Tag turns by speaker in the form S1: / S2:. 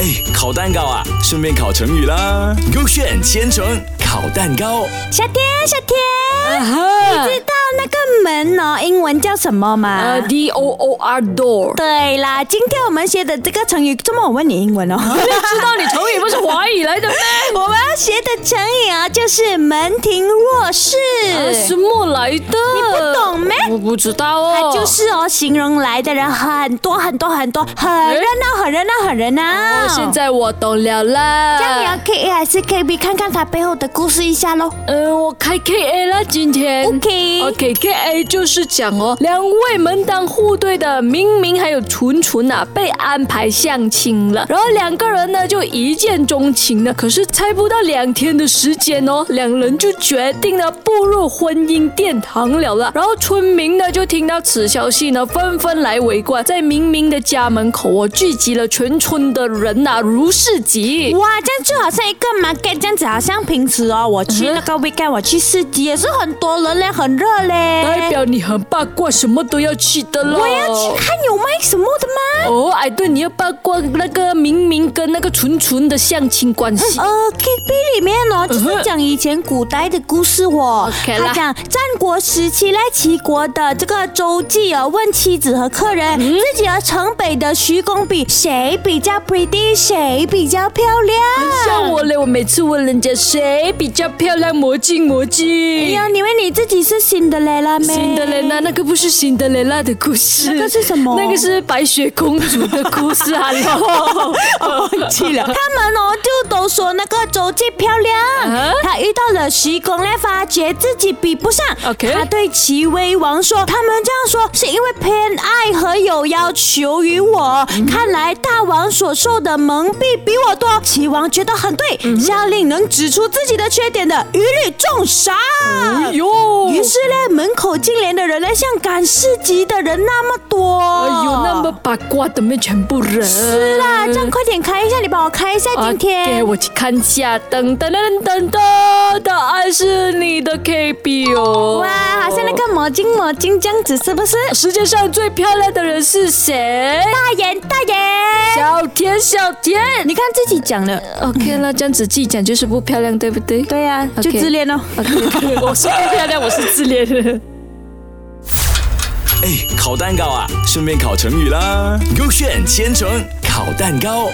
S1: 哎，烤蛋糕啊，顺便烤成语啦。勾选千层烤蛋糕，
S2: 小天，小天，
S3: 啊哈
S2: 你知道那个门哦，英文叫什么吗
S3: 呃、？d O O R door。
S2: 对啦，今天我们学的这个成语，这么我问你英文 哦。
S3: 知道你成语不是华语来的咩？
S2: 我们要学的成语啊，就是门庭若市。
S3: 呃什么来的？你
S2: 不懂咩
S3: 我不知道哦。
S2: 它就是哦，形容来的人很多很多很多，很热闹，很热闹，很热闹。
S3: 哦，现在我懂了啦。
S2: 这样你要 K A 还是 K B 看看它背后的故事一下喽。
S3: 嗯，我开 K A 啦，今天。
S2: OK
S3: 嗯 OK K A 就是讲哦，两位门当户对的明明还有纯纯啊，被安排相亲了，然后两个人呢就一见钟情了，可是才不到两天的时间哦，两人就决定了步入婚姻殿堂了啦。然后村民呢就听到此消息呢，纷纷来围观，在明明的家门口哦，聚集了全村的人呐、如市集。
S2: 哇，这样就好像一个 market 这样子，好像平时哦，我去那
S3: 嗯
S2: 个 weekend 我去市集也是很多人嘞，很热嘞。
S3: 代表你很八卦，什么都要去的喽。
S2: 我要去看有卖什么的吗
S3: 哦，哎，对，你要八卦那个明明跟那个纯纯的相亲关系。
S2: 呃，K B 里面哦，就
S3: 嗯嗯哼
S2: 是讲以前古代的故事哦。
S3: OK 啦
S2: 他讲战国时期嘞，齐国的这个周记哦，问妻子和客人，
S3: 嗯
S2: 自己和城北的徐公比，谁比较 pretty，谁比较漂亮？
S3: 像我嘞，我每次问人家谁比较漂亮，魔镜魔
S2: 哎
S3: 镜。
S2: 呀，你以为你自己是辛德雷拉咩？
S3: 辛德雷拉那个不是辛德雷拉的故事，
S2: 那个是什么
S3: 那个是白雪公主的故事啊！ 我忘记了。
S2: 他们哦就都说那个周记漂
S3: 啊
S2: 亮，他遇到了徐公嘞，发觉自己比不上。
S3: OK
S2: 他对齐威王说，他们这样说是因为偏爱和有要求于我。
S3: 嗯
S2: 看来大王所受的蒙蔽比我多。齐王觉得很对，
S3: 嗯
S2: 下令能指出自己的缺点的，一律重赏。
S3: 哎呦，
S2: 于是嘞，门口进帘的人嘞，像赶市集的人那么多。
S3: 哎呦，那么八卦的面全部人。
S2: 是啦，这样快点开一下，你帮我开一下今天。
S3: 啊给我去看一下，噔噔噔噔噔，答案是你的 KB 哦。
S2: 哇，好像那个魔镜魔镜这样子，是不是？
S3: 世界上最漂亮的人是谁？
S2: 大眼大眼，
S3: 小田，小田。
S2: 你看自己讲的，
S3: OK 那这样子记讲就是不漂亮，对不对？
S2: 对呀、
S3: OK
S2: 就自恋哦。
S3: OK，我是不漂亮，我是自恋的。
S1: 哎，烤蛋糕啊，顺便烤成语啦。勾选千层烤蛋糕。